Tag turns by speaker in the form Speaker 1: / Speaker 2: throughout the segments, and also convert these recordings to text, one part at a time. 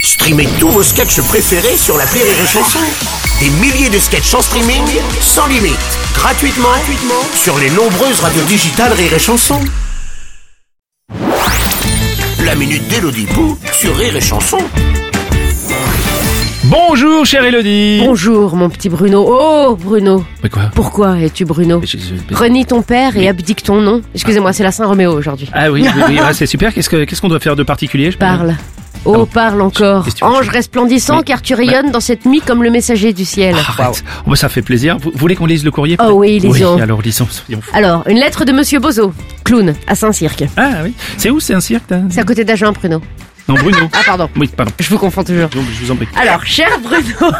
Speaker 1: Streamez tous vos sketchs préférés sur la Rire et Chanson. Des milliers de sketchs en streaming, sans limite, gratuitement, gratuitement sur les nombreuses radios digitales Rire et Chanson. La minute d'Elodie Pou sur Rire et Chanson.
Speaker 2: Bonjour, chère Elodie.
Speaker 3: Bonjour mon petit Bruno. Oh Bruno,
Speaker 2: Mais quoi
Speaker 3: pourquoi es-tu Bruno
Speaker 2: Mais je- je- mais-
Speaker 3: Renie ton père et abdique ton nom. Excusez-moi, c'est la Saint-Roméo aujourd'hui.
Speaker 2: Ah oui, oui, oui, ah, c'est super. Qu'est-ce que- qu'est-ce qu'on doit faire de particulier je peux dire
Speaker 3: Parle. Oh,
Speaker 2: Ah bon
Speaker 3: parle encore.
Speaker 2: Qu'est-ce que tu veux que
Speaker 3: Ange resplendissant,
Speaker 2: Mais-
Speaker 3: car tu rayonnes dans cette nuit comme le messager du ciel.
Speaker 2: Arrête. Oh, bah, ça fait plaisir. Vous, vous voulez qu'on lise le courrier
Speaker 3: Oh
Speaker 2: peut-être
Speaker 3: oui, lisons.
Speaker 2: Oui, alors lisons. soyons fous.
Speaker 3: Alors, une lettre de Monsieur Bozo, clown, à Saint-Cirque.
Speaker 2: Ah oui. C'est où C'est un cirque t'as-
Speaker 3: C'est à côté d'Agen, Bruno.
Speaker 2: Non, Bruno.
Speaker 3: Ah pardon,
Speaker 2: Oui, pardon.
Speaker 3: je vous confonds toujours.
Speaker 2: Je vous je vous en prie.
Speaker 3: Alors, cher Bruno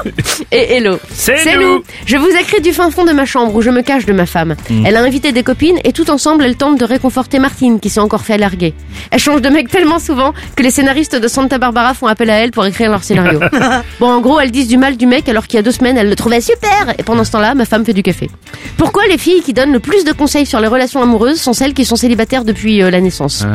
Speaker 3: et Hello,
Speaker 2: C'est nous.
Speaker 3: Je vous écris du fin fond de ma chambre où je me cache de ma femme.
Speaker 2: Mm.
Speaker 3: Elle a invité des copines et tout ensemble, elles tentent de réconforter Martine qui s'est encore fait larguer. Elle change de mec tellement souvent que les scénaristes de Santa Barbara font appel à elle pour écrire leur scénario. bon, en gros, elles disent du mal du mec alors qu'il y a deux semaines, elles le trouvaient super. Et pendant ce temps-là, ma femme fait du café. Pourquoi les filles qui donnent le plus de conseils sur les relations amoureuses sont celles qui sont célibataires depuis euh, la naissance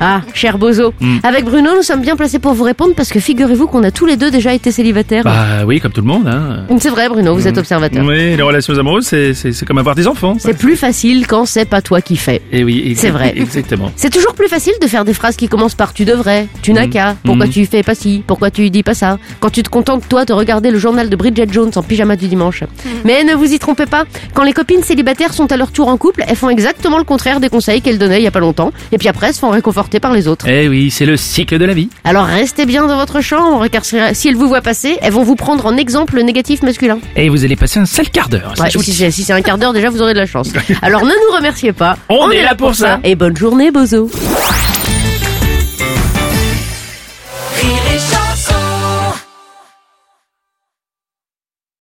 Speaker 2: Ah.
Speaker 3: ah, cher Bozo. Avec Bruno, nous sommes bien placés pour vous répondre parce que figurez-vous qu'on a tous les deux déjà été célibataires. Hmm,
Speaker 2: Bah oui, comme tout le monde. Hein.
Speaker 3: C'est vrai, Bruno, vous êtes observateur.
Speaker 2: Oui, les relations amoureuses, c'est- c'est c'est comme avoir des enfants.
Speaker 3: C'est plus facile quand c'est pas toi qui fais.
Speaker 2: Et oui, ex-
Speaker 3: C'est vrai.
Speaker 2: Exactement.
Speaker 3: C'est toujours plus facile de faire des phrases qui commencent par tu devrais, tu n'as
Speaker 2: Mm.
Speaker 3: qu'à, pourquoi
Speaker 2: Mm.
Speaker 3: tu fais pas ci, pourquoi tu dis pas ça, quand tu te contentes toi de regarder le journal de Bridget Jones en pyjama du dimanche. Mais ne vous y trompez pas, quand les copines célibataires sont à leur tour en couple, elles font exactement le contraire des conseils qu'elles donnaient il y a pas longtemps, et puis après elles se font réconforter par les autres.
Speaker 2: Eh oui, c'est le cycle de la vie.
Speaker 3: Alors restez bien dans votre chambre, car si si elles vous voient passer, elles vont vous prendre en exemple négatif masculin.
Speaker 2: Et vous allez passer un sale quart d'heure. ça,
Speaker 3: Ouais,
Speaker 2: je vous
Speaker 3: si
Speaker 2: le
Speaker 3: c'est si c'est un quart d'heure, déjà vous aurez de la chance. Alors ne nous remerciez pas.
Speaker 2: On est là pour ça.
Speaker 3: Et bonne journée, Bozo.